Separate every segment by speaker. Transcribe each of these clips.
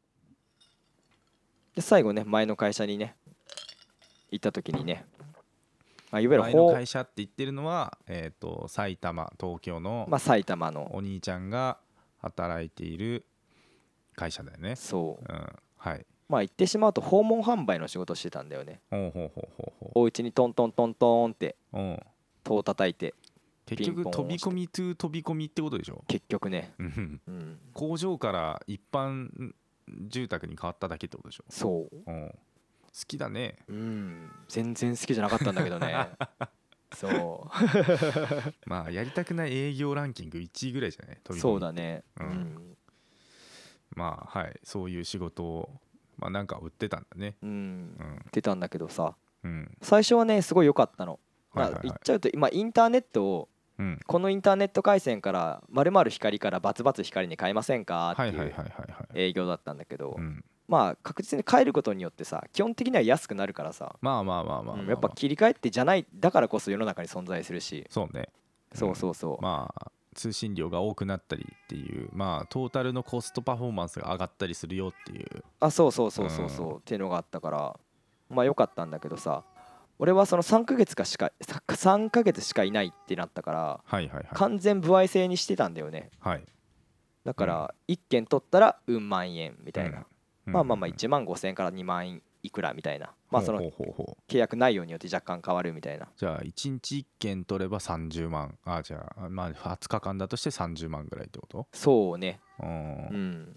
Speaker 1: そうで最後ね前の会社にね行った時にね、まあ、いわゆる
Speaker 2: 前の
Speaker 1: 法
Speaker 2: 会社って言ってるのは、えー、と埼玉東京の
Speaker 1: まあ、埼玉の
Speaker 2: お兄ちゃんが働いている会社だよね
Speaker 1: そう
Speaker 2: うんはい
Speaker 1: まあ言ってしまうと訪問販売の仕事をしてたんだよね
Speaker 2: ほうほうほうほうほ
Speaker 1: お家にトントントントンって
Speaker 2: ううん
Speaker 1: 戸を叩いて
Speaker 2: 結
Speaker 1: ピン
Speaker 2: 局
Speaker 1: ポン
Speaker 2: 飛び込み to 飛び込みってことでしょ
Speaker 1: 結局ね、
Speaker 2: うん
Speaker 1: うん、
Speaker 2: 工場から一般住宅に変わっただけってことでしょ
Speaker 1: そ
Speaker 2: うん好きだね
Speaker 1: ううん全然好きじゃなかったんだけど ねそ
Speaker 2: まあやりたくない営業ランキング1位ぐらいじゃないう飛び込み
Speaker 1: そうだねう
Speaker 2: うん
Speaker 1: ん、
Speaker 2: まあはいそういう仕事をまあなんか売ってたんだね
Speaker 1: うん
Speaker 2: う、ん
Speaker 1: 出たんだけどさ
Speaker 2: うん
Speaker 1: 最初はねすごい良かったの、ま
Speaker 2: はい
Speaker 1: あ
Speaker 2: はい
Speaker 1: 言
Speaker 2: は
Speaker 1: っ
Speaker 2: い
Speaker 1: ちゃうと今インターネットを
Speaker 2: うん
Speaker 1: このインターネット回線からまる光からバツバツ光に変えませんかって
Speaker 2: はいいはいはいうはいはい
Speaker 1: 営業だったんだけど、
Speaker 2: うん
Speaker 1: まあ確実に変えることによってさ基本的には安くなるからさ、
Speaker 2: まあまあまあまあまあ
Speaker 1: う
Speaker 2: ま
Speaker 1: ん
Speaker 2: あ
Speaker 1: やっぱ切り替えってじゃないだからこそ世の中に存在するし
Speaker 2: そうね
Speaker 1: そうそうそう、
Speaker 2: まあ通信量が多くなったりっていうまあトータルのコストパフォーマンスが上がったりするよっていう
Speaker 1: あそうそうそうそうそう、
Speaker 2: う
Speaker 1: っていうのがあったからまあ良かったんだけどさ俺はその3ヶ月かしかさ3ヶ月しかいないってなったから
Speaker 2: はいはいはい
Speaker 1: 完全歩合制にしてたんだよね
Speaker 2: はい
Speaker 1: だから1件取ったらうん万円みたいな、
Speaker 2: うん
Speaker 1: まあまあまあ
Speaker 2: うん
Speaker 1: 1万5000円から2万円いくらみたいなまあその
Speaker 2: ほうほうほうほう
Speaker 1: 契約内容によって若干変わるみたいな
Speaker 2: じゃあ1日1件取れば30万あじゃあまあ20日間だとして30万ぐらいってこと
Speaker 1: そうね
Speaker 2: うん
Speaker 1: う
Speaker 2: は
Speaker 1: ん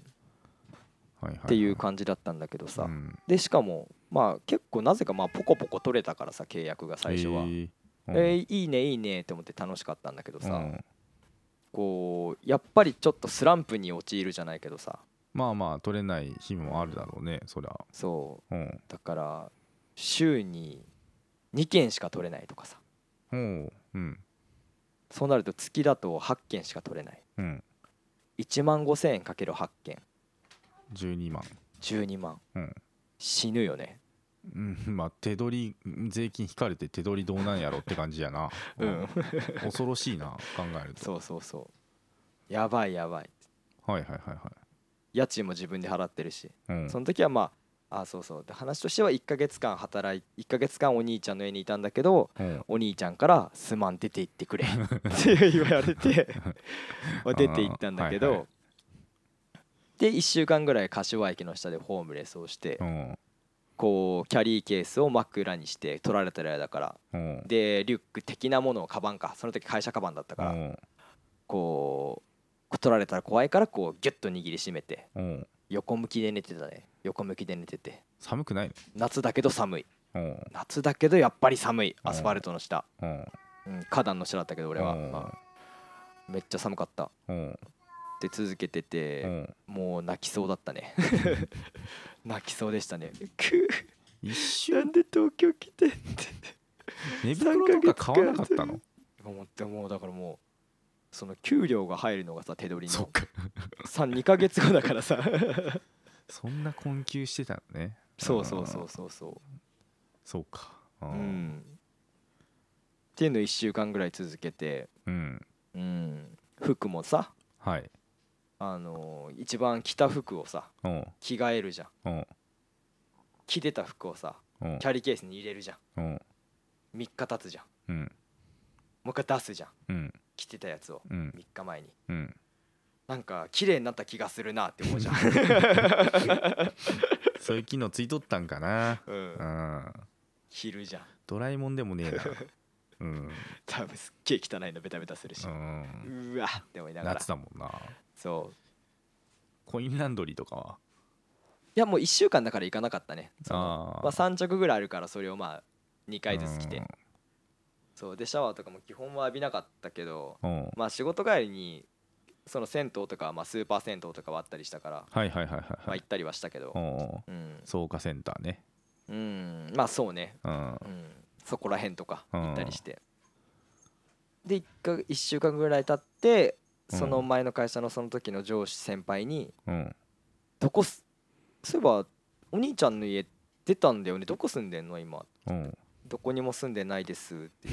Speaker 2: はは
Speaker 1: っていう感じだったんだけどさ
Speaker 2: うん
Speaker 1: でしかもまあ結構なぜかまあポコポコ取れたからさ契約が最初は
Speaker 2: えーうん
Speaker 1: えーいいねいいねって思って楽しかったんだけど
Speaker 2: う
Speaker 1: さ
Speaker 2: ん
Speaker 1: こうやっぱりちょっとスランプに陥るじゃないけどさ
Speaker 2: まあまあ取れない日もあるだろうねそりゃ
Speaker 1: そう
Speaker 2: うん
Speaker 1: だから週に2件しか取れないとかさ
Speaker 2: うんうん
Speaker 1: そうなると月だと8件しか取れない
Speaker 2: うん
Speaker 1: 1万5000円かける8件
Speaker 2: 12万
Speaker 1: 12万
Speaker 2: うん
Speaker 1: 死ぬよね
Speaker 2: うんまあ手取り税金引かれて手取りどうなんやろって感じやな
Speaker 1: うん
Speaker 2: うん恐ろしいな考えると
Speaker 1: そうそうそうやばいやばい
Speaker 2: はいはいはいは
Speaker 1: 家賃も自分で払ってるし
Speaker 2: いうん
Speaker 1: その時はまああそうそうで話としては1ヶ月間働い1ヶ月間お兄ちゃんの家にいたんだけど
Speaker 2: うん
Speaker 1: お兄ちゃんから「すまん出て行ってくれ」って言われ てまあ出て行ったんだけど、
Speaker 2: はいはい
Speaker 1: で1週間ぐらい柏駅の下でホームレスをして、
Speaker 2: うん
Speaker 1: こうキャリーケースを枕にして取られてる間だから
Speaker 2: うん
Speaker 1: でリュック的なものをカバンかその時会社カバンだった
Speaker 2: う
Speaker 1: から、
Speaker 2: ん
Speaker 1: こう取られたら怖いからこうギュッと握りしめて
Speaker 2: うん
Speaker 1: 横向きで寝てたね横向きで寝てて
Speaker 2: 寒くない
Speaker 1: 夏だけど寒い
Speaker 2: のうん
Speaker 1: 夏だけどやっぱり寒い
Speaker 2: うん
Speaker 1: アスファルトの下、
Speaker 2: うん
Speaker 1: うん、花壇の下だったけど俺は、
Speaker 2: うん
Speaker 1: まあめっちゃ寒かった
Speaker 2: うん
Speaker 1: で続けて
Speaker 2: う
Speaker 1: て、
Speaker 2: ん
Speaker 1: もう泣きそうだった ね泣きそうでしたねくー
Speaker 2: 一
Speaker 1: な
Speaker 2: 瞬
Speaker 1: んで東京来てって
Speaker 2: 寝袋とか買わなかったの
Speaker 1: 思ってもうだからもうその給料が入るのがさ手取りの
Speaker 2: か
Speaker 1: 32ヶ月後だからさ
Speaker 2: そんな困窮してたのね
Speaker 1: そうそうそうそうそう
Speaker 2: そうかう
Speaker 1: う、ん、っていうの1週間ぐらい続けて、
Speaker 2: うん、
Speaker 1: うん、服もさ、
Speaker 2: はい
Speaker 1: あのー一番着た服をさ
Speaker 2: うん
Speaker 1: 着替えるじゃん
Speaker 2: うん
Speaker 1: 着てた服をさ
Speaker 2: うん
Speaker 1: キャリーケースに入れるじゃ
Speaker 2: うん
Speaker 1: ん3日経つじゃん
Speaker 2: うん
Speaker 1: もう一回出すじゃん
Speaker 2: うん
Speaker 1: 着てたやつを
Speaker 2: うん
Speaker 1: 3日前に
Speaker 2: うん
Speaker 1: なんか綺麗になった気がするなって思うじゃん、
Speaker 2: そういう機能ついとったんかな
Speaker 1: う、
Speaker 2: うんん
Speaker 1: 着るじゃん
Speaker 2: ドラえもんでもねえ なうん、
Speaker 1: 多分すっげえ汚いのベタベタするし
Speaker 2: う、、
Speaker 1: うんわって思いながら
Speaker 2: 夏だもんな
Speaker 1: そう
Speaker 2: コインランドリーとかはい
Speaker 1: やもう1週間だから行かなかったねその
Speaker 2: あ
Speaker 1: まあ、3着ぐらいあるからそれをまあ2
Speaker 2: 回
Speaker 1: 回ずつ着てそうでシャワーとかも基本は浴びなかったけど
Speaker 2: うんうん
Speaker 1: まあ仕事帰りにその銭湯とか、まあ、スーパー銭湯とかはあったりしたから、
Speaker 2: はいはいはいは
Speaker 1: まあ、
Speaker 2: いはい
Speaker 1: 行ったりはしたけど
Speaker 2: うん
Speaker 1: うん、
Speaker 2: 草加センターね
Speaker 1: うん、まあそうね、
Speaker 2: うん
Speaker 1: うん、そこら辺とか
Speaker 2: うん
Speaker 1: 行ったりしてで 1, か1週間ぐらい経って
Speaker 2: うん
Speaker 1: その前の会社のその時の上司先輩に
Speaker 2: うん
Speaker 1: 「どこすそういえばお兄ちゃんの家出たんだよねどこ住んでんの今
Speaker 2: うん
Speaker 1: どこにも住んでないです」 って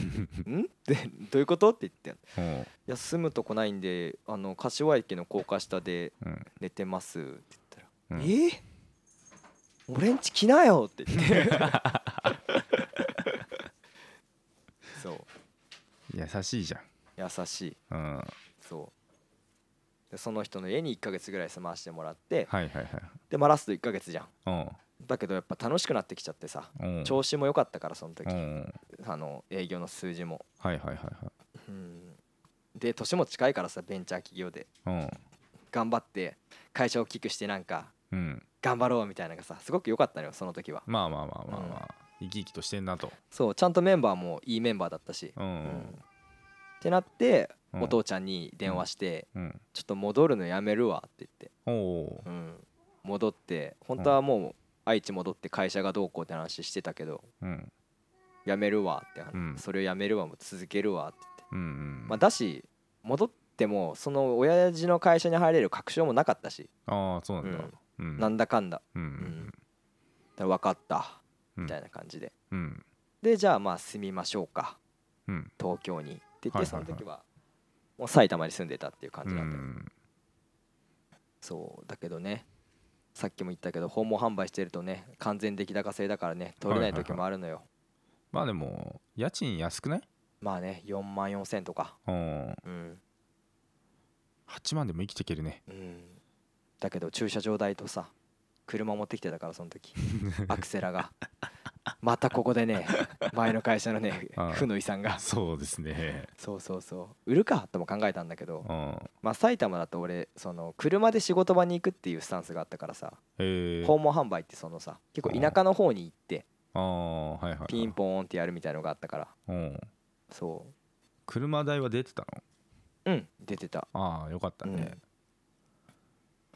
Speaker 1: 言って「ん?」って 「どういうこと?」って言って「
Speaker 2: うん
Speaker 1: いや住むとこないんであの柏駅の高架下で
Speaker 2: うん
Speaker 1: 寝てます」って言った
Speaker 2: うん
Speaker 1: えー俺んち来なよって言ってそう
Speaker 2: 優しいじ
Speaker 1: 優しい
Speaker 2: ゃんうんは
Speaker 1: そうでその人の家に1ヶ月ぐらい住まわしてもらって
Speaker 2: いはいはい
Speaker 1: でまあラスト1ヶ月じゃん
Speaker 2: うん
Speaker 1: だけどやっぱ楽しくなってきちゃってさ
Speaker 2: うん
Speaker 1: 調子も良かったからその時
Speaker 2: うん
Speaker 1: あの営業の数字も
Speaker 2: はいはいはいは
Speaker 1: うんで年も近いからさベンチャー企業で
Speaker 2: い
Speaker 1: 頑張って会社を大きくしてなんか
Speaker 2: うんうん
Speaker 1: 頑張ろうみたいなのがさすごく良かったのよその時は
Speaker 2: まあまあまあまあまあ生き生きとしてんなと
Speaker 1: そうちゃんとメンバーもいいメンバーだったし、
Speaker 2: う
Speaker 1: うん
Speaker 2: ん
Speaker 1: ってなって、
Speaker 2: うん
Speaker 1: お父ちゃんに電話して、
Speaker 2: うん
Speaker 1: ちょっと戻るのやめるわって言って、
Speaker 2: おお
Speaker 1: うん、戻って本当はもう愛知戻って会社がどうこうって話してたけど
Speaker 2: ーうん
Speaker 1: やめるわって話、
Speaker 2: うん
Speaker 1: それをやめるわもう続けるわって言って、
Speaker 2: うんうん
Speaker 1: まあ、だし戻ってもその親父の会社に入れる確証もなかったし、
Speaker 2: ああそうなんだうん
Speaker 1: なんだかんだ
Speaker 2: うん
Speaker 1: だから分かった
Speaker 2: うん
Speaker 1: みたいな感じで、
Speaker 2: うん
Speaker 1: でじゃあまあ住みましょうか
Speaker 2: うん
Speaker 1: 東京にって言って、
Speaker 2: はいはいはい
Speaker 1: その時はもう埼玉に住んでたっていう感
Speaker 2: う
Speaker 1: じなんだよ、
Speaker 2: ん
Speaker 1: そうだけどねさっきも言ったけど訪問販売してるとね完全出来高制だからね取れない時もあるのよ、
Speaker 2: まあでも家賃安くない
Speaker 1: まあね4万4千とか
Speaker 2: うん
Speaker 1: うん、
Speaker 2: 8万でも生きていけるね
Speaker 1: うん、だけど駐車場代とさ車持ってきてたからその 時アクセラがまたここでね前の会社のね
Speaker 2: ああ
Speaker 1: 負の遺産が
Speaker 2: そうですね
Speaker 1: そうそうそう売るかとも考えたんだけど
Speaker 2: うん
Speaker 1: まあ埼玉だと俺その車で仕事場に行くっていうスタンスがあったからさ
Speaker 2: ええ
Speaker 1: 訪問販売ってそのさ結構田舎の方に行って
Speaker 2: ああはいはいはい
Speaker 1: ピンポーンってやるみたいのがあったから
Speaker 2: うん
Speaker 1: そ
Speaker 2: 車代は出てた
Speaker 1: ううん出てた、
Speaker 2: のああよかったね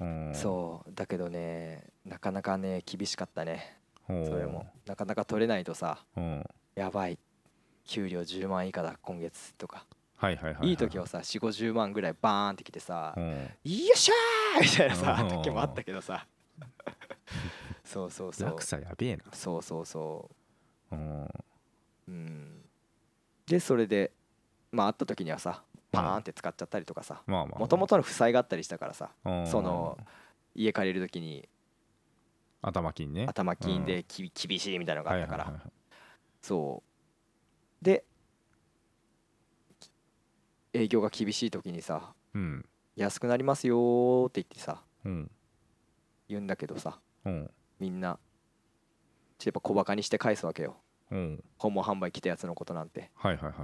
Speaker 2: うん
Speaker 1: そうだけどねなかなかね厳しかったね
Speaker 2: うん
Speaker 1: それもなかなか取れないとさ
Speaker 2: うん
Speaker 1: やばい給料10万以下だ今月とか
Speaker 2: はいはいはいはい
Speaker 1: いい時はさ4 5 0万ぐらいバーンってきてさ
Speaker 2: う
Speaker 1: 「
Speaker 2: ん
Speaker 1: よっしゃー!」みたいなさ
Speaker 2: うん
Speaker 1: 時もあったけど さそうそうそう
Speaker 2: 落差やべえな
Speaker 1: そうそうそ
Speaker 2: うん
Speaker 1: ううんでそれでまあ会った時にはさパーンって使っちゃったりとかさ
Speaker 2: まあまあ
Speaker 1: もともとの負債があったりしたからさ
Speaker 2: と
Speaker 1: その家借りる時に
Speaker 2: 頭金ね
Speaker 1: 頭金
Speaker 2: う
Speaker 1: でき厳しいみたいなのがあったか
Speaker 2: は
Speaker 1: ら
Speaker 2: いはいはい
Speaker 1: そうで営業が厳しい時にさ
Speaker 2: うん
Speaker 1: 安くなりますよーって言ってさ
Speaker 2: うん
Speaker 1: 言うんだけどさ
Speaker 2: うん
Speaker 1: みんなちょっとやっぱ小バカにして返すわけよ
Speaker 2: うん
Speaker 1: 訪問販売来たやつのことなんて
Speaker 2: はいはいはい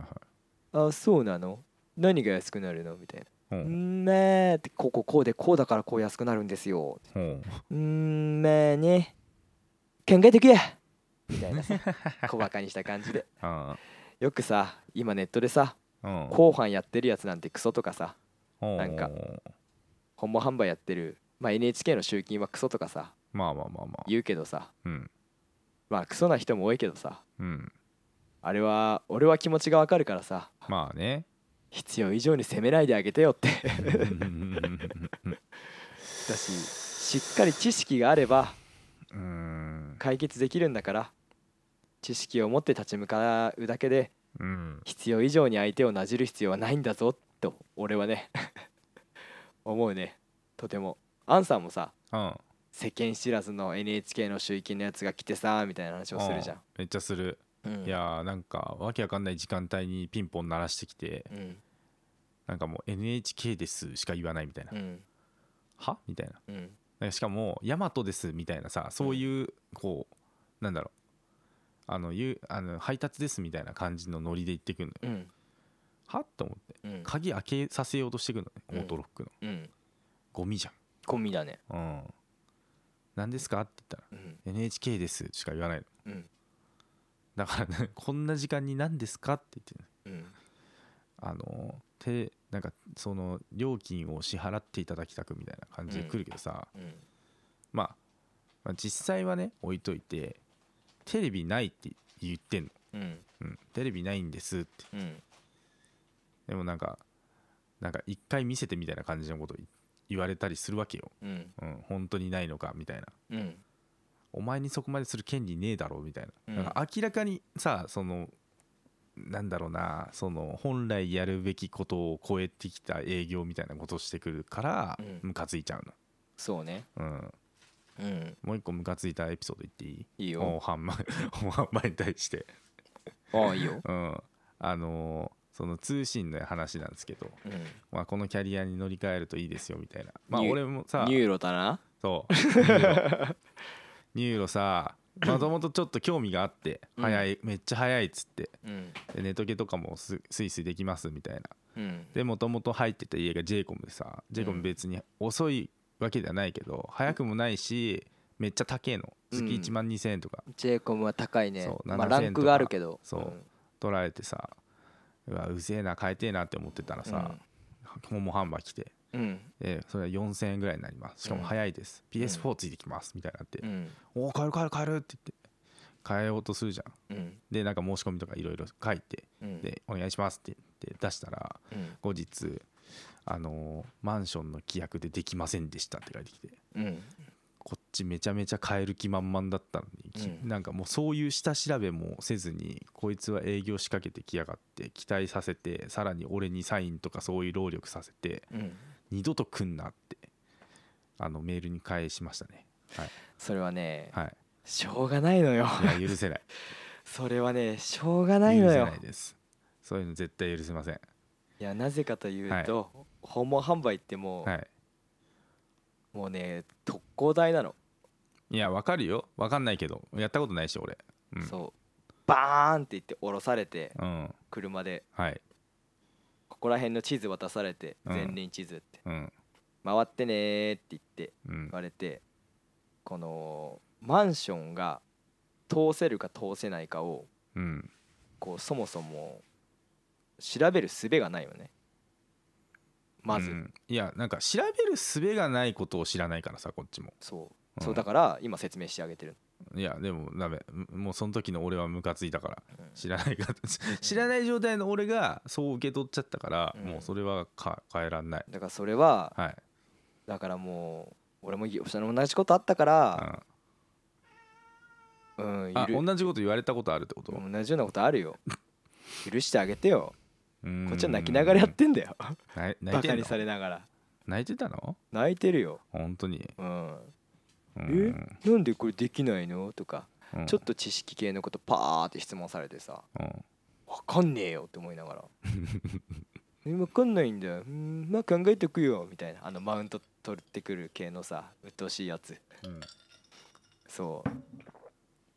Speaker 2: は
Speaker 1: あそうなの何が安くなるのみたいな
Speaker 2: いう
Speaker 1: ーん
Speaker 2: ん
Speaker 1: まあってこうこうこうでこうだからこう安くなるんですよ
Speaker 2: うん
Speaker 1: うーんまあね考えとけやみたいなさ小バカにした感じで
Speaker 2: あ
Speaker 1: よくさ今ネットでさ
Speaker 2: あうん
Speaker 1: 後半やってるやつなんてクソとかさ
Speaker 2: うん
Speaker 1: なんか本物販売やってる、まあ、NHK の集金はクソとかさ
Speaker 2: まあまあまあまあ
Speaker 1: 言うけどさ
Speaker 2: うん
Speaker 1: まあクソな人も多いけどさ
Speaker 2: うん
Speaker 1: あれは俺は気持ちがわかるからさ
Speaker 2: ま あね
Speaker 1: 必要以上に責めないであげてよって
Speaker 2: う
Speaker 1: だし しっかり知識があれば
Speaker 2: ん
Speaker 1: 解決できるんだから知識を持って立ち向かうだけで
Speaker 2: うん
Speaker 1: 必要以上に相手をなじる必要はないんだぞと俺はね 思うねとてもアンさんもさ
Speaker 2: うん
Speaker 1: 世間知らずの NHK の集金のやつが来てさみたいな話をするじゃん、
Speaker 2: めっちゃする
Speaker 1: うん、
Speaker 2: いやーなんかわけわかんない時間帯にピンポン鳴らしてきて
Speaker 1: うん
Speaker 2: なんかもう NHK ですしか言わないみたいな
Speaker 1: うん
Speaker 2: はみたいな
Speaker 1: うん
Speaker 2: なんかしかも「ヤマトです」みたいなさそういうこうなんだろうあのゆあの配達ですみたいな感じのノリで行ってくるのよ
Speaker 1: うん
Speaker 2: はと思って
Speaker 1: うん
Speaker 2: 鍵開けさせようとしてくるのね
Speaker 1: うん
Speaker 2: オートロックの
Speaker 1: うん
Speaker 2: ゴミじゃ
Speaker 1: ゴミだね
Speaker 2: んうん何ですかって言ったら
Speaker 1: うん
Speaker 2: 「NHK です」しか言わないの
Speaker 1: うん
Speaker 2: だからね こんな時間に何ですかって言ってね
Speaker 1: うん
Speaker 2: あのてなんかその料金を支払っていただきたくみたいな感じで来るけどさ、
Speaker 1: うん
Speaker 2: まあ、まあ実際はね置いといてテレビないって言ってんの、
Speaker 1: うん
Speaker 2: うん、テレビないんですって
Speaker 1: うん
Speaker 2: でもなんかなんか一回見せてみたいな感じのこと言言われたりするわけよ、
Speaker 1: うん
Speaker 2: うん、本当にないのかみたいな
Speaker 1: うん
Speaker 2: お前にそこまでする権利ねえだろみたいな,、
Speaker 1: うん
Speaker 2: なんか明らかにさそのなんだろうなその本来やるべきことを超えてきた営業みたいなことをしてくるから
Speaker 1: うん
Speaker 2: ムカついちゃう
Speaker 1: そうね
Speaker 2: の、うん、
Speaker 1: うん
Speaker 2: もう一個ムカついたエピソード言っていい
Speaker 1: いいよ
Speaker 2: お販売お販売に対して
Speaker 1: ああいいよ
Speaker 2: うんあのーその通信の話なんですけど、
Speaker 1: うん
Speaker 2: まあ、このキャリアに乗り換えるといいですよみたいなまあ
Speaker 1: ニュー
Speaker 2: 俺もさ
Speaker 1: ニューロだな
Speaker 2: そうニューロニューロさもともとちょっと興味があって
Speaker 1: うん
Speaker 2: 早い、めっちゃ早いっつって
Speaker 1: うん
Speaker 2: でネトゲとかもすスイスイできますみたいな
Speaker 1: うん
Speaker 2: でもともと入ってた家が j イコムでさ j イコム別に遅いわけではないけど早くもないしめっちゃ高えの月
Speaker 1: うん
Speaker 2: 1万2000円とか
Speaker 1: j イコムは高いね
Speaker 2: そう
Speaker 1: まあ
Speaker 2: 7000
Speaker 1: ランクがあるけど
Speaker 2: とかそう取られてさうわうぜえな変えてえなって思ってたらさ訪問販売来て
Speaker 1: うんうん
Speaker 2: でそれは4000円ぐらいになりますしかも早いです、PS4 ついてきますみたいになって
Speaker 1: う、ん
Speaker 2: おお変える変える変えるって言って変えようとするじゃん
Speaker 1: うん
Speaker 2: でなんか申し込みとかいろいろ書いて
Speaker 1: うん
Speaker 2: でお願いしますって言って出したら
Speaker 1: うん
Speaker 2: 後日あのーマンションの規約でできませんでしたって書いてきて
Speaker 1: うん
Speaker 2: こっちめちゃめちゃ変える気満々だったのに、き
Speaker 1: うん
Speaker 2: なんかもうそういう下調べもせずにこいつは営業仕掛けてきやがって期待させてさらに俺にサインとかそういう労力させて
Speaker 1: うん
Speaker 2: 二度と来んなってあのメールに返しましたねはい、
Speaker 1: それはね
Speaker 2: はい、
Speaker 1: しょうがないのよ
Speaker 2: いや許せない
Speaker 1: それはねしょうがないの
Speaker 2: 許せ
Speaker 1: よ
Speaker 2: ないですそういうの絶対許せません
Speaker 1: いやなぜかというと訪問販売っても
Speaker 2: はいう
Speaker 1: もうね特攻隊なの
Speaker 2: いやわかるよわかんないけどやったことないし俺うん
Speaker 1: そうバーンって言って降ろされて
Speaker 2: うん
Speaker 1: 車で
Speaker 2: はい
Speaker 1: ここら辺の地図渡されて
Speaker 2: うん
Speaker 1: 前輪地図って
Speaker 2: うん
Speaker 1: 回ってねーって言って
Speaker 2: うん
Speaker 1: 言われてこのマンションが通せるか通せないかを
Speaker 2: うん
Speaker 1: こうそもそも調べる術がないよねまず、
Speaker 2: うんいやなんか調べる術がないことを知らないからさこっちも
Speaker 1: そう
Speaker 2: うん
Speaker 1: そうだから今説明してあげてる
Speaker 2: いやでもダメむもうその時の俺はムカついたから
Speaker 1: うん
Speaker 2: 知ら ないか知らない状態の俺がそう受け取っちゃったから、
Speaker 1: うん
Speaker 2: もうそれはか変えらんない
Speaker 1: だからそれは
Speaker 2: はい、
Speaker 1: だからもう俺もいその同じことあったか
Speaker 2: うん
Speaker 1: らうん
Speaker 2: あ
Speaker 1: ゆる
Speaker 2: 同じこと言われたことあるってこと、
Speaker 1: 同じようなことある よ許してあげてよ
Speaker 2: うん
Speaker 1: こっちは泣きながらやってんだよ
Speaker 2: ない泣い
Speaker 1: バ
Speaker 2: て
Speaker 1: カ
Speaker 2: ん
Speaker 1: に
Speaker 2: の
Speaker 1: されながら
Speaker 2: 泣いてたの
Speaker 1: 泣いてるよ
Speaker 2: 本当に、
Speaker 1: うん
Speaker 2: う
Speaker 1: え
Speaker 2: ん
Speaker 1: なんでこれできないのとか
Speaker 2: うん
Speaker 1: ちょっと知識系のことパーって質問されてさ
Speaker 2: うん
Speaker 1: わかんねえよって思いな がらえわかんないんだようんまあ考えてくよみたいなあのマウント取ってくる系のさ鬱陶しいやつ
Speaker 2: うん
Speaker 1: そう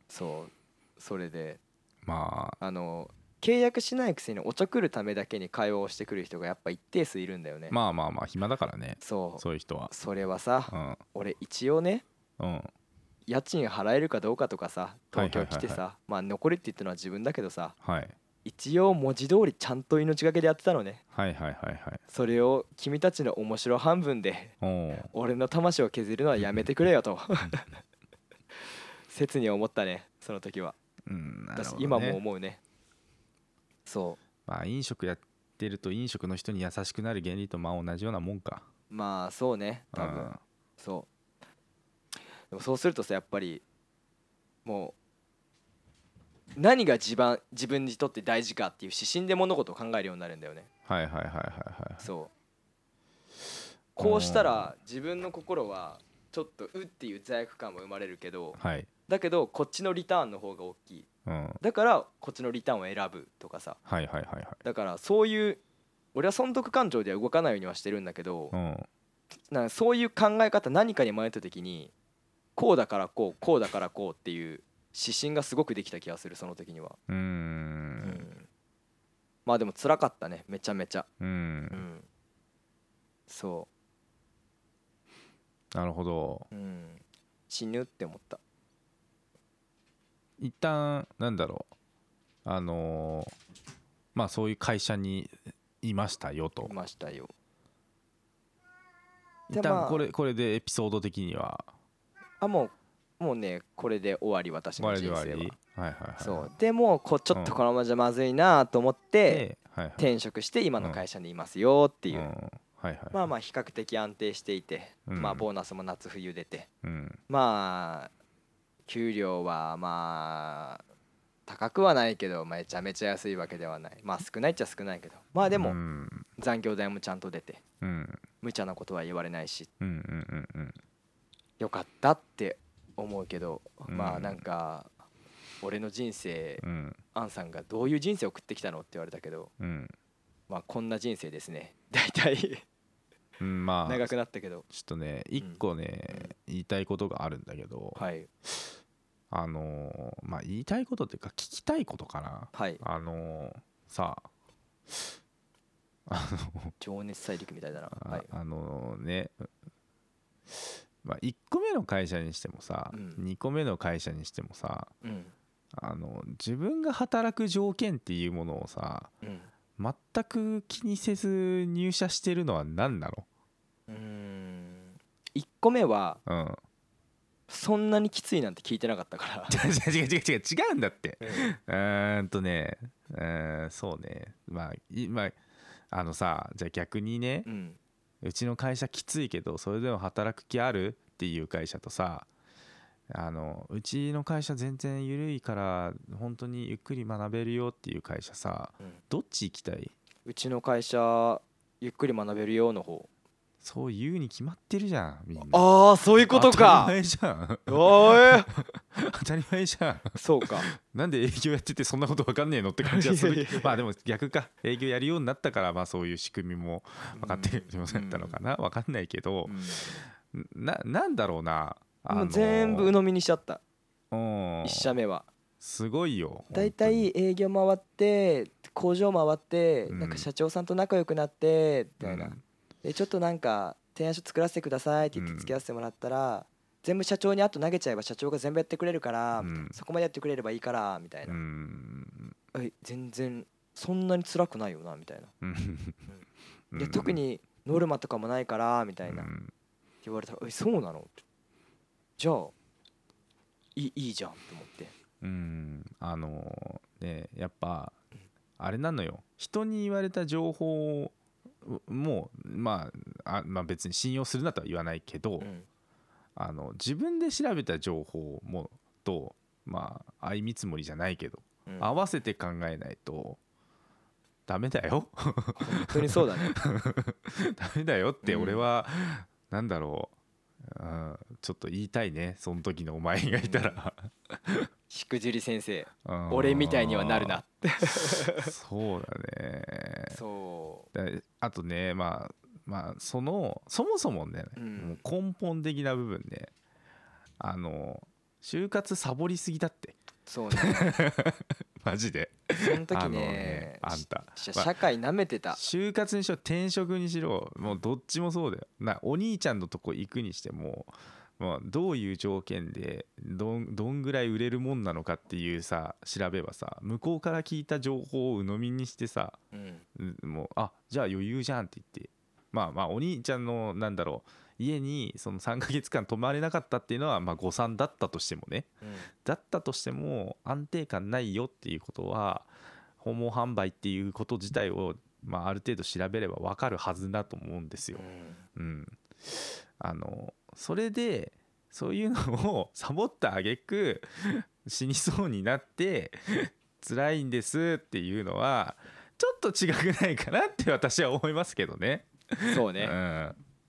Speaker 1: そうそれで
Speaker 2: まあ
Speaker 1: あの契約しないくせにおちょくるためだけに会話をしてくる人がやっぱ一定数いるんだよね、
Speaker 2: まあまあまあ暇だからね
Speaker 1: そうそ
Speaker 2: そういう人は
Speaker 1: れはさ
Speaker 2: うん
Speaker 1: 俺一応ね
Speaker 2: うん
Speaker 1: 家賃払えるかどうかとかさ東京来て
Speaker 2: はいはいはい
Speaker 1: さまあ残りって言ったのは自分だけどさ
Speaker 2: はい
Speaker 1: 一応文字通りちゃんと命がけでやってたのね
Speaker 2: はいはいはいはい
Speaker 1: それを君たちの面白半分で
Speaker 2: おお
Speaker 1: 俺の魂を削るのはやめてくれよ と切に思ったねその時は、
Speaker 2: うんなる
Speaker 1: 私
Speaker 2: ほどね
Speaker 1: 今も思うねそ
Speaker 2: まあ飲食やってると飲食の人に優しくなる原理とまあ同じようなもんか
Speaker 1: うまあそうね多分そうでもそうするとさやっぱりもう何が自分自分にとって大事かっていう指針で物事を考えるようになるんだよね
Speaker 2: はいはいはいはいはい
Speaker 1: そうこうしたら自分の心はちょっとうっていう罪悪感も生まれるけど
Speaker 2: はい
Speaker 1: だけどこっちのリターンの方が大きい
Speaker 2: うん
Speaker 1: だからこっちのリターンを選ぶとかさ
Speaker 2: はいはいはいはい
Speaker 1: だからそういう俺は損得感情では動かないようにはしてるんだけど
Speaker 2: うん
Speaker 1: なんかそういう考え方何かに迷った時にこうだからこうこうだからこうっていう指針がすごくできた気がするその時には、
Speaker 2: うー
Speaker 1: うんんまあでも辛かったねめちゃめちゃ、
Speaker 2: う
Speaker 1: うんん、そ
Speaker 2: なるほど
Speaker 1: う、うん、死ぬって思った
Speaker 2: 一旦なんだろうあのーまあそういう会社にいましたよと
Speaker 1: いましたよ
Speaker 2: 一
Speaker 1: でま
Speaker 2: 旦
Speaker 1: あ
Speaker 2: これこれでエピソード的には
Speaker 1: あもうもうねこれで終わり私
Speaker 2: 終わ
Speaker 1: の
Speaker 2: り
Speaker 1: 人
Speaker 2: で
Speaker 1: 生は
Speaker 2: 終わりはいはいはい
Speaker 1: そうでもうこうちょっとこのままじゃまずいなと思って
Speaker 2: ではいはい
Speaker 1: 転職して今の会社にいますよっていう
Speaker 2: うんはいはい
Speaker 1: まあまあ比較的安定していて、
Speaker 2: うん
Speaker 1: まあボーナスも夏冬出て
Speaker 2: うん
Speaker 1: まあ給料はまあ高くはないけどめちゃめちゃ安いわけではないまあ少ないっちゃ少ないけどまあで
Speaker 2: う
Speaker 1: も
Speaker 2: ん
Speaker 1: 残業代もちゃんと出て
Speaker 2: うん
Speaker 1: 無茶なことは言われないし
Speaker 2: うんうんうんうん
Speaker 1: いよかったって思うけど、
Speaker 2: うん
Speaker 1: まあなんか俺の人生
Speaker 2: うん
Speaker 1: アンさんがどういう人生を送ってきたのって言われたけど、
Speaker 2: うん、
Speaker 1: まあ、こんな人生ですね 大体
Speaker 2: うん、まあ
Speaker 1: 長くなったけど
Speaker 2: ちょっとね一個ね、言いたいことがあるんだけど、
Speaker 1: はい
Speaker 2: あのーまあ言いたいことっていうか聞きたいことかな
Speaker 1: はい
Speaker 2: あのーさあ
Speaker 1: 情熱大陸みたいだな
Speaker 2: あ,、
Speaker 1: はい
Speaker 2: のね、まあ、1個目の会社にしてもさ、
Speaker 1: うん
Speaker 2: 2個目の会社にしてもさ
Speaker 1: うん
Speaker 2: あの自分が働く条件っていうものをさ
Speaker 1: うん
Speaker 2: 全く気にせず入社してるのは何なの
Speaker 1: うーん1個目は
Speaker 2: うん、
Speaker 1: そんなにきついなんて聞いてなかったか
Speaker 2: 違う違う違う違う違うんだ って
Speaker 1: ら
Speaker 2: うーんとねうーんそうねまあいまああのさじゃあ逆にね
Speaker 1: う、ん
Speaker 2: うちの会社きついけどそれでも働く気あるっていう会社とさあのうちの会社全然緩いから本当にゆっくり学べるよっていう会社さ
Speaker 1: うん
Speaker 2: どっち行きたいう
Speaker 1: ちの会社ゆっくり学べるようの方
Speaker 2: そう言うに決まってるじゃんみんな
Speaker 1: ああそういうことか
Speaker 2: 当たり前じゃん
Speaker 1: おーい
Speaker 2: 当たり前じゃん
Speaker 1: そうか
Speaker 2: なんで営業やっててそんなことわかんねえのって感じはす
Speaker 1: いや
Speaker 2: る
Speaker 1: いやいや
Speaker 2: まあでも逆か営業やるようになったからまあそういう仕組みも 分かってきませんったのかな分かんないけど
Speaker 1: うん
Speaker 2: ななんだろうなあ
Speaker 1: も
Speaker 2: の
Speaker 1: う全部鵜呑みにしちゃった
Speaker 2: うん
Speaker 1: 1社目は
Speaker 2: すごいよ
Speaker 1: 大体営業回って工場回って
Speaker 2: うん
Speaker 1: なんか社長さんと仲良くなってみたいな、
Speaker 2: うん
Speaker 1: でちょっとなんか提案書作らせてくださいって言っ
Speaker 2: うん
Speaker 1: て付き合わせてもらったら、全部社長にあと投げちゃえば社長が全部やってくれるから、
Speaker 2: うん
Speaker 1: そこまでやってくれればいいからみたい
Speaker 2: 本当にう
Speaker 1: な、
Speaker 2: ん
Speaker 1: え全然そんなに辛くないよなみたいな、
Speaker 2: うん
Speaker 1: いや特にノルマとかもないからみた
Speaker 2: う
Speaker 1: いな、って
Speaker 2: ん
Speaker 1: 言われたらえそうなのってじゃあいいいいじゃんと思って
Speaker 2: うんあのねやっぱあれなのよ人に言われた情報をもう、まあ、あまあ別に信用するなとは言わないけど、
Speaker 1: うん
Speaker 2: あの自分で調べた情報もとまあ相見積もりじゃないけど、
Speaker 1: うん
Speaker 2: 合わせて考えないとダメだよ
Speaker 1: 本当にそうだね
Speaker 2: ダメだよって
Speaker 1: うん
Speaker 2: 俺は、なんだろう、うん、ちょっと言いたいねその時のお前がいたら、
Speaker 1: しくじり先生
Speaker 2: うん
Speaker 1: 俺みたいにはなるなって
Speaker 2: そうだね
Speaker 1: そ
Speaker 2: だあとねまあまあそのそもそもね、
Speaker 1: うん
Speaker 2: もう根本的な部分ねあの就活サボりすぎだって
Speaker 1: うそうね
Speaker 2: マジで
Speaker 1: その時
Speaker 2: あ
Speaker 1: ね
Speaker 2: のねあんた
Speaker 1: し
Speaker 2: まあ
Speaker 1: 社会なめてた
Speaker 2: 就活にしろ転職にしろもうどっちもそうだよなお兄ちゃんのとこ行くにしてもまあどういう条件でどんどんぐらい売れるもんなのかっていうさ調べはさ向こうから聞いた情報を鵜呑みにしてさ
Speaker 1: うん
Speaker 2: うんもうあじゃあ余裕じゃんって言ってまあまあお兄ちゃんのなんだろう家にその3ヶ月間泊まれなかったっていうのはまあ誤算だったとしてもね
Speaker 1: うん
Speaker 2: だったとしても安定感ないよっていうことは訪問販売っていうこと自体を、まあ、ある程度調べれば分かるはずだと思うんですよ。うん、あのそれでそういうのを サボった挙句死にそうになって辛いんですっていうのはちょっと違くないかなって私は思いますけどね。
Speaker 1: うんそうね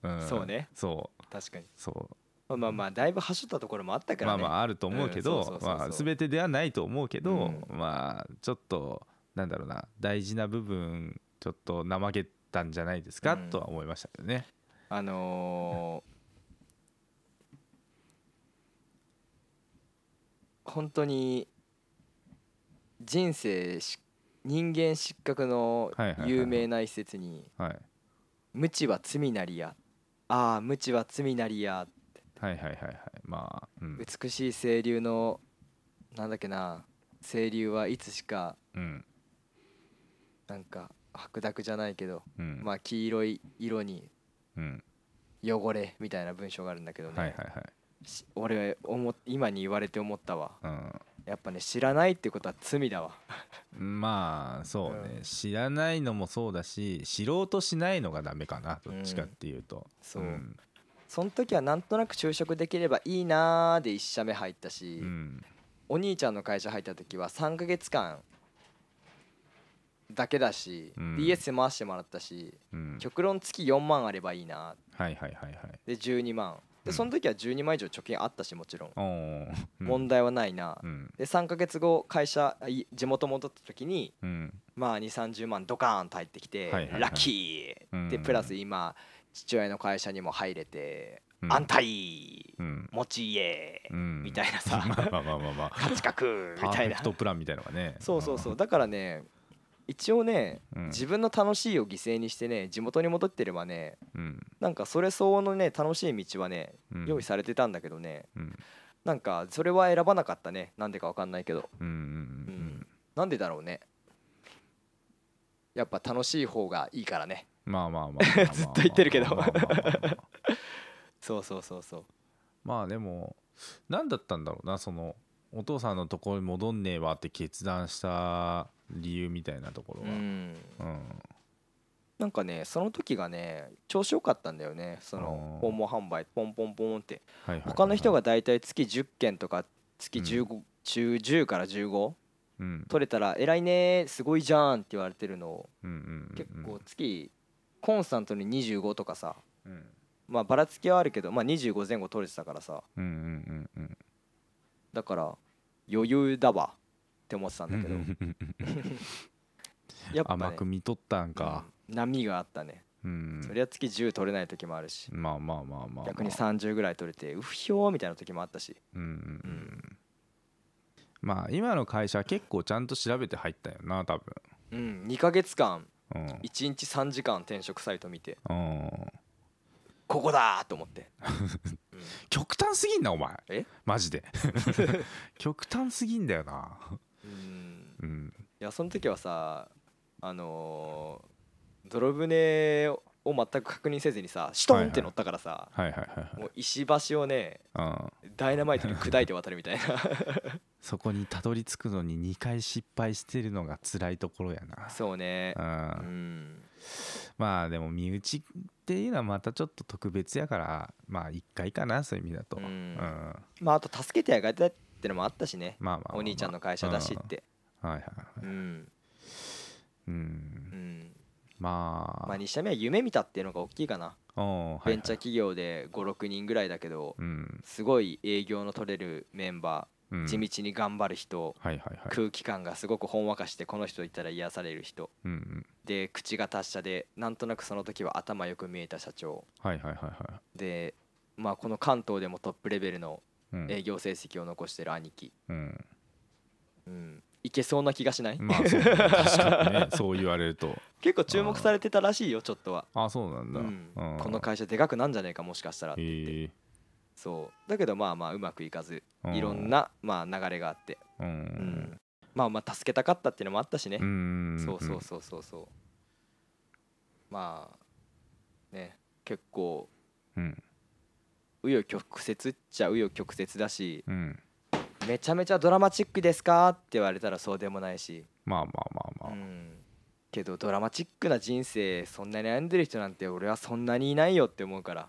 Speaker 2: うんうん、
Speaker 1: そうね
Speaker 2: そう
Speaker 1: 確かに
Speaker 2: そ
Speaker 1: まあ
Speaker 2: う
Speaker 1: まあまあだいぶ端折ったところもあったか
Speaker 2: ま
Speaker 1: ら
Speaker 2: あ
Speaker 1: ね
Speaker 2: まああると思うけ
Speaker 1: うんそうそ
Speaker 2: ど
Speaker 1: うそうそう
Speaker 2: まあ全てではないと思うけど、
Speaker 1: う
Speaker 2: まあちょっとなんだろうな大事な部分ちょっと怠けたんじゃないですか、
Speaker 1: うん
Speaker 2: とは思いましたけどね。
Speaker 1: あのー本当に人生し人間失格の
Speaker 2: はいはいはいはい
Speaker 1: 有名な一節に
Speaker 2: はい、
Speaker 1: 「無知は罪なりや」「ああ無知は罪なりや」
Speaker 2: はいはいはいはいまあうん
Speaker 1: 美しい清流のなんだっけな清流はいつしか
Speaker 2: うん
Speaker 1: なんか白濁じゃないけど、
Speaker 2: うん
Speaker 1: まあ黄色い色に
Speaker 2: うん
Speaker 1: 汚れみたいな文章があるんだけどね、
Speaker 2: はいはいはい
Speaker 1: し俺思っ今に言われて思ったわ
Speaker 2: うん
Speaker 1: やっぱね知らないってことは罪だわ
Speaker 2: まあそうね、
Speaker 1: うん
Speaker 2: 知らないのもそうだし知ろうとしないのがダメかなどっちかっていうと、
Speaker 1: そうんその時はなんとなく就職できればいいなーで1社目入った
Speaker 2: う
Speaker 1: し、
Speaker 2: ん
Speaker 1: お兄ちゃんの会社入った時は3ヶ月間だけだし、
Speaker 2: うん
Speaker 1: DS 回してもらったし
Speaker 2: うん
Speaker 1: 極論月4万あればいいな
Speaker 2: はいはいはいはい
Speaker 1: で12万
Speaker 2: うん
Speaker 1: でその時は12万以上貯金あったしもちろん
Speaker 2: おーうん
Speaker 1: 問題はないな
Speaker 2: うん
Speaker 1: で3ヶ月後会社あい地元戻った時に
Speaker 2: うん
Speaker 1: まあ2 3 0万ドカーンと入ってきて
Speaker 2: はいはいはい
Speaker 1: ラッキ
Speaker 2: うん
Speaker 1: ーでプラス今父親の会社にも入れて
Speaker 2: うん
Speaker 1: 安泰
Speaker 2: うん
Speaker 1: 持ち家
Speaker 2: うん
Speaker 1: みたいなさ
Speaker 2: まあまあまあまあまあ
Speaker 1: 価値 覚
Speaker 2: パ
Speaker 1: みた
Speaker 2: ー
Speaker 1: い
Speaker 2: フェ
Speaker 1: な
Speaker 2: クトプランみたいなのがね
Speaker 1: そうそうそうだからね一応ね
Speaker 2: うん
Speaker 1: 自分の楽しいを犠牲にしてね地元に戻ってればね
Speaker 2: うん
Speaker 1: なんかそれ相応のね楽しい道はね
Speaker 2: うん
Speaker 1: 用意されてたんだけどね
Speaker 2: うん
Speaker 1: なんかそれは選ばなかったねなんでかわかんないけど
Speaker 2: うんう
Speaker 1: う
Speaker 2: んうんうん
Speaker 1: んなんでだろうねやっぱ楽しい方がいいからね
Speaker 2: まあまあまあまあまあま あ
Speaker 1: ずっと言ってるけど
Speaker 2: まあまあまあまあ
Speaker 1: そうそうそうそう
Speaker 2: まあでも何だったんだろうなそのお父さんのところに戻んねえわって決断した理由みたいなところ
Speaker 1: う
Speaker 2: は、
Speaker 1: ん
Speaker 2: うん
Speaker 1: なんかねその時がね調子良かったんだよねその
Speaker 2: あー
Speaker 1: 訪問販売ポンポンポンって
Speaker 2: はいはいはいはい
Speaker 1: 他の人が大体月10件とか月
Speaker 2: うん
Speaker 1: 15、中10から15
Speaker 2: うん
Speaker 1: 取れたら「偉いねすごいじゃん」って言われてるのを
Speaker 2: うんうんうん
Speaker 1: 結構月コンスタントに25とかさ
Speaker 2: うん
Speaker 1: まあばらつきはあるけど、まあ、25前後取れてたからさ
Speaker 2: うんうんうんうん
Speaker 1: だから余裕だわって思ってたんだけど
Speaker 2: うんうんうん
Speaker 1: やっぱ、ね、
Speaker 2: 甘く見とったんか、
Speaker 1: うん波があったね、
Speaker 2: うん、
Speaker 1: そりゃ月10取れない時もあるし、
Speaker 2: まあまあまあまあ、まあ、
Speaker 1: 逆に30ぐらい取れてうひょーみたいな時もあったし
Speaker 2: うんうんうんまあ今の会社は結構ちゃんと調べて入ったよな多分
Speaker 1: うん2ヶ月間
Speaker 2: うん
Speaker 1: 1日3時間転職サイト見て
Speaker 2: うん
Speaker 1: ここだーと思 って
Speaker 2: 極端すぎんなお前
Speaker 1: え
Speaker 2: マ ジで極端すぎんだよな
Speaker 1: うん
Speaker 2: うん
Speaker 1: いやその時はさあのー泥船を全く確認せずにさシトンって乗ったからさ、
Speaker 2: はいはいはい
Speaker 1: もう石橋をね
Speaker 2: はい、うん、
Speaker 1: ダイナマイトに砕いて渡るみたい な
Speaker 2: そこにたどり着くのに2回失敗してるのが辛いところやな
Speaker 1: そうね
Speaker 2: う、
Speaker 1: うんん
Speaker 2: まあでも身内っていうのはまたちょっと特別やからまあ1回かなそういう意味だと、
Speaker 1: うん
Speaker 2: まあ
Speaker 1: まああと助けてあげたってのもあったしね
Speaker 2: まあまあ、
Speaker 1: お兄ちゃんの会社だしって
Speaker 2: うん、はいはいはい
Speaker 1: うん
Speaker 2: うん
Speaker 1: うん
Speaker 2: まあ
Speaker 1: まあ2社目は夢見たっていうのが大きいかな
Speaker 2: うんはい
Speaker 1: ベンチャー企業で56人ぐらいだけど
Speaker 2: うん
Speaker 1: すごい営業の取れるメンバ
Speaker 2: う
Speaker 1: ー
Speaker 2: ん
Speaker 1: 地道に頑張る人
Speaker 2: はいはいはい
Speaker 1: 空気感がすごくほんわかしてこの人いたら癒される人
Speaker 2: うんうん
Speaker 1: で口が達者でなんとなくその時は頭よく見えた社長
Speaker 2: はいはいはいは
Speaker 1: でまあこの関東でもトップレベルの
Speaker 2: いうん
Speaker 1: 営業成績を残してる兄貴
Speaker 2: うん
Speaker 1: うんいけそうな気がしない
Speaker 2: まあそうね確かに ねそう言われると
Speaker 1: 結構注目されてたらしいよちょっとは
Speaker 2: あそうなんだ、
Speaker 1: うん
Speaker 2: うん
Speaker 1: この会社でかくなんじゃねえかもしかしたらって言って
Speaker 2: へえ
Speaker 1: そうだけどまあまあうまくいかず
Speaker 2: うん
Speaker 1: いろんなまあ流れがあって、
Speaker 2: う
Speaker 1: うんんまあまあ助けたかったっていうのもあったしね、
Speaker 2: うん
Speaker 1: そうそうそうそうそうまあね結構
Speaker 2: うん
Speaker 1: 紆余曲折っちゃ紆余曲折だし
Speaker 2: うん
Speaker 1: めちゃめちゃドラマチックですかって言われたらそうでもないし、
Speaker 2: まあまあまあ
Speaker 1: う
Speaker 2: まあ
Speaker 1: ん、けどドラマチックな人生そんなに悩んでる人なんて俺はそんなにいないよって思うから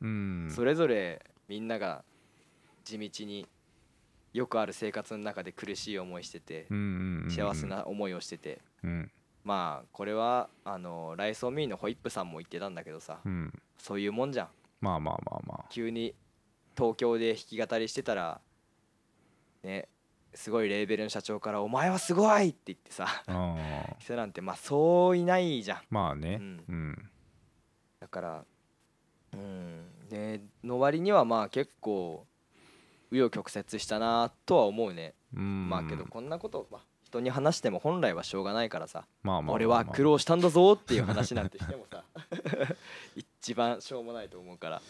Speaker 2: うん
Speaker 1: それぞれみんなが地道によくある生活の中で苦しい思いしてて
Speaker 2: うんうんうん
Speaker 1: 幸せな思いをしてて
Speaker 2: うん
Speaker 1: まあこれはあのライソーミーのホイップさんも言ってたんだけどさ
Speaker 2: うん
Speaker 1: そういうもんじゃん
Speaker 2: まあまあまあま
Speaker 1: 急に東京で弾き語りしてたらねすごいレーベルの社長から「お前はすごい!」って言ってさ
Speaker 2: ああー
Speaker 1: 人なんてまあそういないじゃん
Speaker 2: まあね
Speaker 1: う
Speaker 2: うん
Speaker 1: だからうんでの割にはまあ結構紆余曲折したなとは思うね、
Speaker 2: うん
Speaker 1: まあけどこんなこと、まあ、人に話しても本来はしょうがないからさ、
Speaker 2: まあまあまあ
Speaker 1: 俺は苦労したんだぞっていう話なんてしても さ一番しょうもないと思うから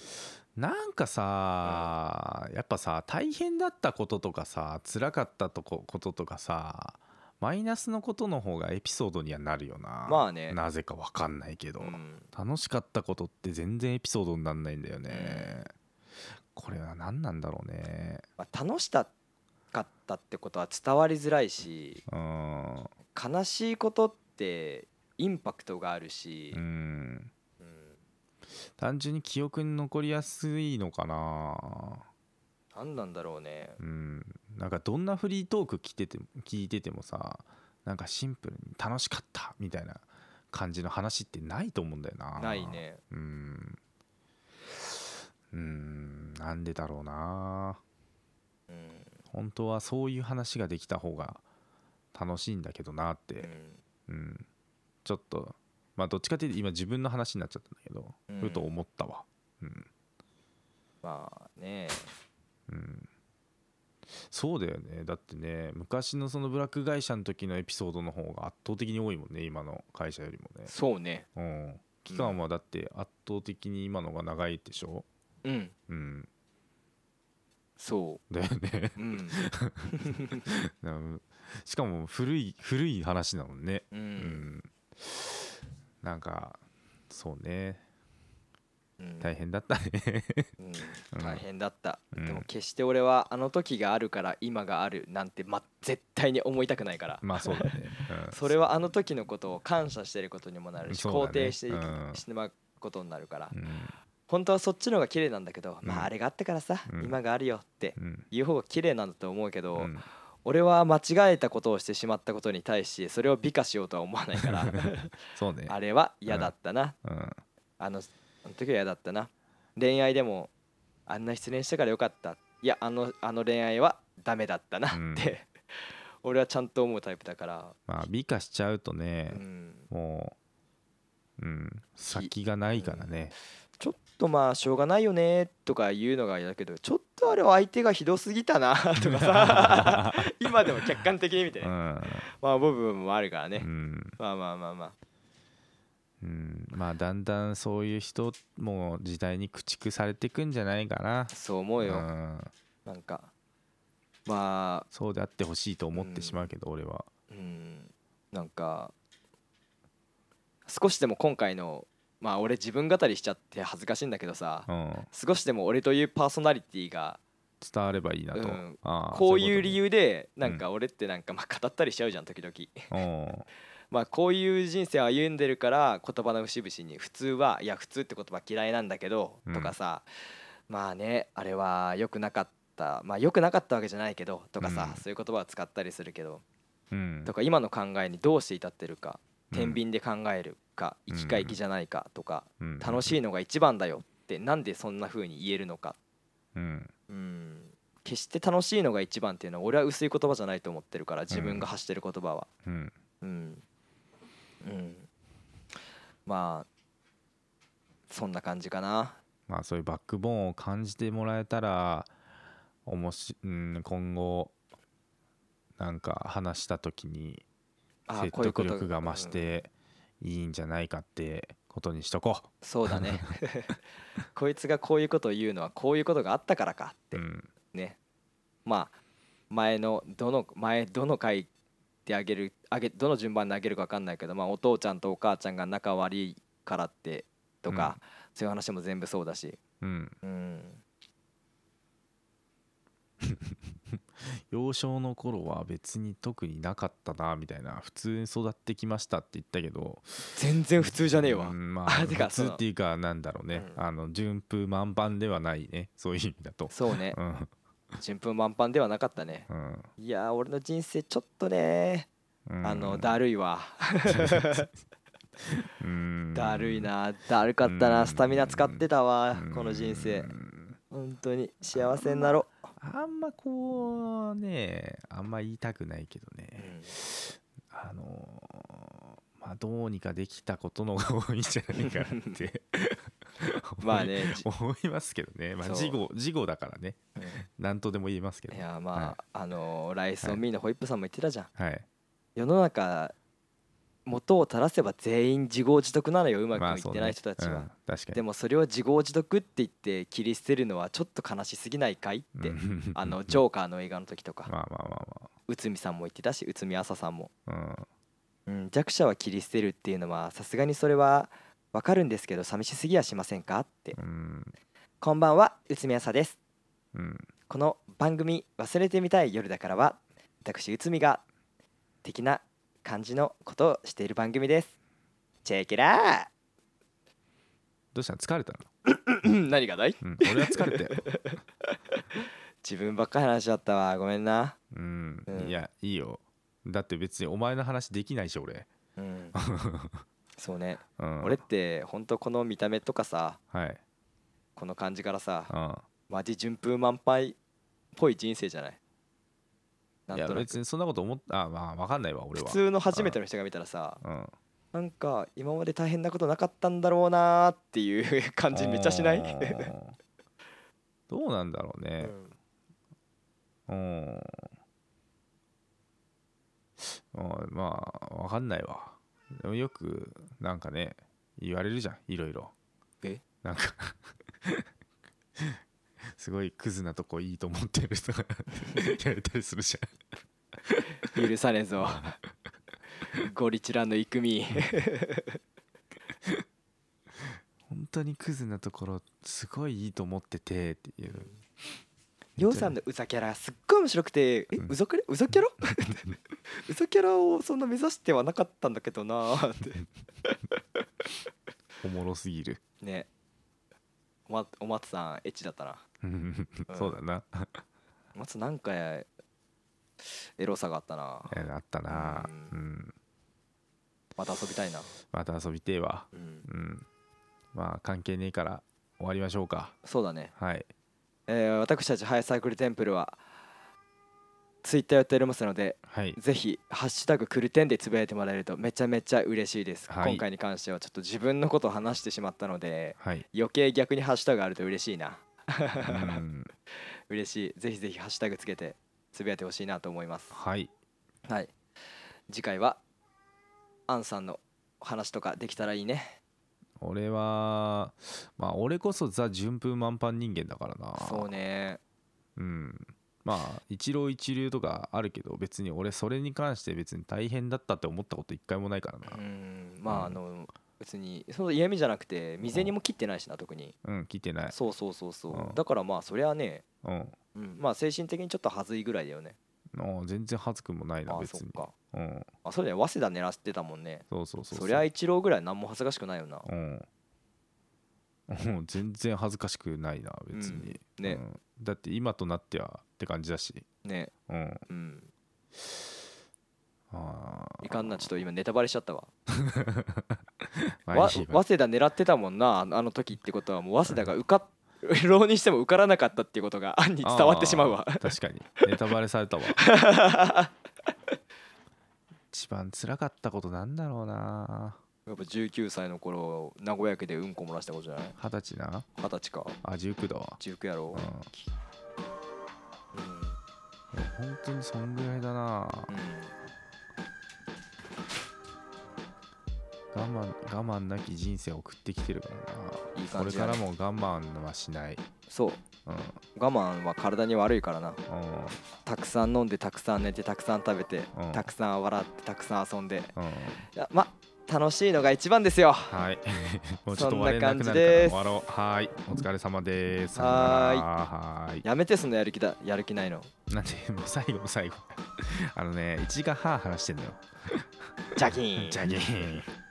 Speaker 2: なんかさ、やっぱさ大変だったこととかさ辛かったとここととかさマイナスのことの方がエピソードにはなるよな
Speaker 1: まあね
Speaker 2: なぜかわかんないけど、
Speaker 1: うん
Speaker 2: 楽しかったことって全然エピソードにならないんだよね、これは何なんだろうね
Speaker 1: まあ、楽しかったってことは伝わりづらいし
Speaker 2: うん
Speaker 1: 悲しいことってインパクトがあるし
Speaker 2: う、ん
Speaker 1: うん
Speaker 2: 単純に記憶に残りやすいのかな
Speaker 1: 何なんだろうね
Speaker 2: うんなんかどんなフリートーク聞いてても聞いててもさなんかシンプルに楽しかったみたいな感じの話ってないと思うんだよな
Speaker 1: ないね
Speaker 2: うんううーんなんでだろうな
Speaker 1: うん
Speaker 2: 本当はそういう話ができた方が楽しいんだけどなっ
Speaker 1: う
Speaker 2: て、
Speaker 1: ん
Speaker 2: うん、ちょっとまあどっちかっていうと今自分の話になっちゃったんだけど、
Speaker 1: うん
Speaker 2: ふと思ったわうん、
Speaker 1: まあね
Speaker 2: うん、そうだよねだってね昔のそのブラック会社の時のエピソードの方が圧倒的に多いもんね今の会社よりもね
Speaker 1: そうね
Speaker 2: うん、期間はだって圧倒的に今のが長いでしょ
Speaker 1: うん
Speaker 2: うん
Speaker 1: そ
Speaker 2: だよね
Speaker 1: ううん
Speaker 2: うんしかも古い古い話なのね
Speaker 1: う
Speaker 2: うんんなんかそうね
Speaker 1: うん
Speaker 2: 大変だったね
Speaker 1: うん
Speaker 2: うん
Speaker 1: 大変だった、
Speaker 2: うん
Speaker 1: でも決して俺はあの時があるから今があるなんて、ま、絶対に思いたくないから、
Speaker 2: まあそうだね、うん、
Speaker 1: それはあの時のことを感謝してることにもなるし、
Speaker 2: そうだね
Speaker 1: 肯定していく
Speaker 2: うん
Speaker 1: してまうことになるから、
Speaker 2: うん
Speaker 1: 本当はそっちの方が綺麗なんだけど、
Speaker 2: うん
Speaker 1: まああれがあってからさ、
Speaker 2: うん
Speaker 1: 今があるよって
Speaker 2: うん
Speaker 1: 言う方が綺麗なんだと思うけど、
Speaker 2: うん
Speaker 1: 俺は間違えたことをしてしまったことに対してそれを美化しようとは思わないから
Speaker 2: そう ね
Speaker 1: あれは嫌だったな、
Speaker 2: うん
Speaker 1: あのあの時は嫌だったな恋愛でもあんな失恋したからよかったいやあのあの恋愛はダメだった なって、
Speaker 2: うん
Speaker 1: 俺はちゃんと思うタイプだから、
Speaker 2: まあ美化しちゃうとね
Speaker 1: う、ん、
Speaker 2: もううん先がないから ね、
Speaker 1: ちょっとまあしょうがないよねとか言うのがあれだけどちょっとあれは相手がひどすぎたな とかさ今でも客観的に見て、
Speaker 2: うん
Speaker 1: まあ部分もあるからね、
Speaker 2: うん
Speaker 1: まあまあまあまあ
Speaker 2: うん、まあだんだんそういう人も時代に駆逐されていくんじゃないかな、
Speaker 1: そう思
Speaker 2: う
Speaker 1: うよ、
Speaker 2: ん、
Speaker 1: なんかまあ
Speaker 2: そうであってほしいと思ってしまうけど俺は、
Speaker 1: うんなんか少しでも今回のまあ俺自分語りしちゃって恥ずかしいんだけどさ
Speaker 2: うん、
Speaker 1: 少しでも俺というパーソナリティが
Speaker 2: 伝わればいいなと、
Speaker 1: うん
Speaker 2: ああ
Speaker 1: こういう理
Speaker 2: 由
Speaker 1: 由で
Speaker 2: ね
Speaker 1: なんか俺ってなんかまあ語ったりしちゃうじゃん時々
Speaker 2: うん
Speaker 1: まあこういう人生を歩んでるから言葉の節々に普通はいや普通って言葉嫌いなんだけど
Speaker 2: うん
Speaker 1: とかさまあねあれは良くなかったまあ良くなかったわけじゃないけどとかさ
Speaker 2: うん
Speaker 1: そういう言葉を使ったりするけど
Speaker 2: うん
Speaker 1: とか今の考えにどうして至ってるか
Speaker 2: うん
Speaker 1: 天秤で考えるか
Speaker 2: うん
Speaker 1: 生きか生きじゃないかとか
Speaker 2: うん
Speaker 1: 楽しいのが一番だよってなんでそんな風に言えるのか
Speaker 2: うん
Speaker 1: うん決して楽しいのが一番っていうのは俺は薄い言葉じゃないと思ってるから自分が発してる言葉は
Speaker 2: うん
Speaker 1: うん、うん、まあそんな感じかな
Speaker 2: まあそういうバックボーンを感じてもらえたらおもし、うん、今後なんか話した時に
Speaker 1: あ
Speaker 2: 説
Speaker 1: こういう
Speaker 2: 得
Speaker 1: こと
Speaker 2: 力が増し
Speaker 1: うん
Speaker 2: ていいんじゃないかってことにしとこ
Speaker 1: そうだ ね こいつがこういうことを言うのはこういうことがあったからかっ
Speaker 2: う、
Speaker 1: て
Speaker 2: うん
Speaker 1: ねまあ前のどの前どの回であげるあげどの順番であげるか分かんないけど、まあ、お父ちゃんとお母ちゃんが仲悪いからってとか、そういう話も全部そうだし
Speaker 2: うん、
Speaker 1: うん
Speaker 2: 幼少の頃は別に特になかったなみたいな普通に育ってきましたって言ったけど
Speaker 1: 全然普通じゃねえわ、
Speaker 2: うんまあ
Speaker 1: あてか
Speaker 2: 普通っていうかなんだろうね、
Speaker 1: うん
Speaker 2: あの順風満帆ではないねそういう意味だと
Speaker 1: そうね
Speaker 2: うん
Speaker 1: 順風満帆ではなかったね
Speaker 2: うん
Speaker 1: いやー俺の人生ちょっとね
Speaker 2: うん
Speaker 1: あのだるいわ
Speaker 2: うん
Speaker 1: だるいなだるかった
Speaker 2: う
Speaker 1: なんスタミナ使ってたわ
Speaker 2: うん
Speaker 1: この人生本当に幸せになろ
Speaker 2: あんまこうねあんま言いたくないけど
Speaker 1: う、
Speaker 2: ねあのーまあどうにかできたことの方が多いんじゃないかなって
Speaker 1: まあね じ
Speaker 2: 思いますけどね、まあ、
Speaker 1: そう
Speaker 2: 事後事後だからね
Speaker 1: うん
Speaker 2: 何とでも言えますけど
Speaker 1: い
Speaker 2: ね
Speaker 1: やまあ、
Speaker 2: はい
Speaker 1: あのーライスオンミーのホイップさんも言ってたじゃん、
Speaker 2: はい
Speaker 1: 世の中元を垂らせば全員自業自得なのようまくいってない人たちは、
Speaker 2: まあそうねうん確かに
Speaker 1: でもそれを自業自得って言って切り捨てるのはちょっと悲しすぎないかいって、
Speaker 2: うん
Speaker 1: あのジョーカーの映画の時とか、
Speaker 2: まあまあまあ
Speaker 1: 内海さんも言ってたし内海朝さんも、
Speaker 2: まあ
Speaker 1: うん、弱者は切り捨てるっていうのはさすがにそれはわかるんですけど寂しすぎやしませんかって、
Speaker 2: うんうん
Speaker 1: こんばんは内海朝です
Speaker 2: うん
Speaker 1: この番組「忘れてみたい夜だからは」私内海が的な感じのことをしている番組ですチェケラ
Speaker 2: どうしたの疲れたの、
Speaker 1: ー何がない
Speaker 2: うん、俺は疲 れて
Speaker 1: 自分ばっかり話しちゃったわごめんな
Speaker 2: うん、
Speaker 1: うん
Speaker 2: いやいいよだって別にお前の話できないし俺、
Speaker 1: うん そうね
Speaker 2: うん、
Speaker 1: 俺ってほんとこの見た目とかさ
Speaker 2: はい
Speaker 1: この感じからさ
Speaker 2: う、
Speaker 1: マジ順風満帆っぽい人生じゃないなんん
Speaker 2: いや
Speaker 1: となく
Speaker 2: 別にそんなこと思ったあまあ分かんないわ俺
Speaker 1: 普
Speaker 2: は
Speaker 1: 通の初めての人が見たらさ
Speaker 2: うん、
Speaker 1: なんか今まで大変なことなかったんだろうなーっていう感じめっちゃしな
Speaker 2: う
Speaker 1: い
Speaker 2: んどうなんだろう
Speaker 1: う
Speaker 2: ね
Speaker 1: ん
Speaker 2: うん、うんまあ分かんないわでもよくなんかね言われるじゃんいろいろ
Speaker 1: え
Speaker 2: なんか すごいクズなとこいいと思ってるとか 言われたりするじゃん
Speaker 1: 許さねえ ぞゴリチラのイクミ
Speaker 2: 本当にクズなところすごいいいと思っててっていう
Speaker 1: ようさんのうざキャラすっごい面白くてえ
Speaker 2: うん
Speaker 1: うざくねうざ キャラうざキャラをそんな目指してはなかったんだけどなーって
Speaker 2: おもろすぎる
Speaker 1: ねおまお松さんエッチだったな
Speaker 2: そうだな
Speaker 1: お松なんかエロさがあったな
Speaker 2: えーあったな
Speaker 1: う
Speaker 2: うん
Speaker 1: また遊びたいな
Speaker 2: また遊びてえわ
Speaker 1: うん
Speaker 2: うんまあ関係ねえから終わりましょうか
Speaker 1: そうだね
Speaker 2: はい
Speaker 1: えー私たちハイサイクルテンプルはツイッターやっておりますので
Speaker 2: はい
Speaker 1: ぜひ「ハッシュタグクルテン」でつぶやいてもらえるとめちゃめちゃ嬉しいです、
Speaker 2: はい
Speaker 1: 今回に関してはちょっと自分のことを話してしまったので
Speaker 2: はい
Speaker 1: 余計逆にハッシュタグあると嬉しいな
Speaker 2: うん
Speaker 1: 嬉しいぜひぜひハッシュタグつけてつぶやいてほしいなと思います
Speaker 2: はい
Speaker 1: はい次回はアンさんの話とかできたらいいね
Speaker 2: 俺はまあ俺こそザ順風満帆人間だからな
Speaker 1: そうね
Speaker 2: うんまあ一浪一流とかあるけど別に俺それに関して別に大変だったって思ったこと一回もないから
Speaker 1: う
Speaker 2: な
Speaker 1: ーんまああ
Speaker 2: うん
Speaker 1: の別にその嫌味じゃなくて未然にも切ってないしな特に
Speaker 2: うん聞いてない
Speaker 1: そうそうそうそううんだからまあそりゃね
Speaker 2: うん
Speaker 1: うんまあ精神的にちょっと恥ずいぐらいだよね
Speaker 2: あ全然恥ずくもないな
Speaker 1: あ
Speaker 2: 別
Speaker 1: そっ
Speaker 2: に
Speaker 1: か
Speaker 2: うん
Speaker 1: あそうだよ早稲田狙ってたもんね
Speaker 2: そうそうそう
Speaker 1: そりゃ一郎ぐらい何も恥ずかしくないよな
Speaker 2: うんうん全然恥ずかしくないな別に、
Speaker 1: うんね
Speaker 2: うんだって今となってはって感じだし
Speaker 1: ね
Speaker 2: うん
Speaker 1: うん
Speaker 2: あ
Speaker 1: いかんなちょっと今ネタバレしちゃったわ
Speaker 2: あ
Speaker 1: わ早稲田狙ってたもんなあの時ってことはもう早稲田が受かっ浪人しても受からなかったっていうことが案 に伝わってしまうわ
Speaker 2: あー確かにネタバレ されたわ一番辛かったことなんだろうな
Speaker 1: やっぱ19歳の頃名古屋家でうんこ漏らしたことじゃない
Speaker 2: 二十歳な
Speaker 1: 二十歳か
Speaker 2: あ19だわ
Speaker 1: 19やろ
Speaker 2: うん、いや本当にそんぐらいだな
Speaker 1: うん、うん、
Speaker 2: 我慢我慢なき人生を送ってきてるから
Speaker 1: いい
Speaker 2: なこ
Speaker 1: 感
Speaker 2: れ
Speaker 1: じ
Speaker 2: か
Speaker 1: だ、
Speaker 2: ら
Speaker 1: ね、
Speaker 2: も我慢はしない
Speaker 1: そう
Speaker 2: うんうん
Speaker 1: 我慢は体に悪いからなたくさん飲んでたくさん寝てたくさん食べて、
Speaker 2: うん
Speaker 1: たくさん笑ってたくさん遊んで
Speaker 2: うん
Speaker 1: いやま楽しいのが一番ですよ
Speaker 2: はい もうちょっ
Speaker 1: そ
Speaker 2: と
Speaker 1: ん
Speaker 2: 終われ
Speaker 1: な
Speaker 2: な
Speaker 1: 感
Speaker 2: く
Speaker 1: じ
Speaker 2: なるから
Speaker 1: です
Speaker 2: 終わろうはいお疲れ様ですさよなら
Speaker 1: はーい
Speaker 2: はーい
Speaker 1: やめてそのやる気だやる気ないの
Speaker 2: なんでもう最後の最後あのね1時間半話してんのよ
Speaker 1: ジャキーン
Speaker 2: じゃあねー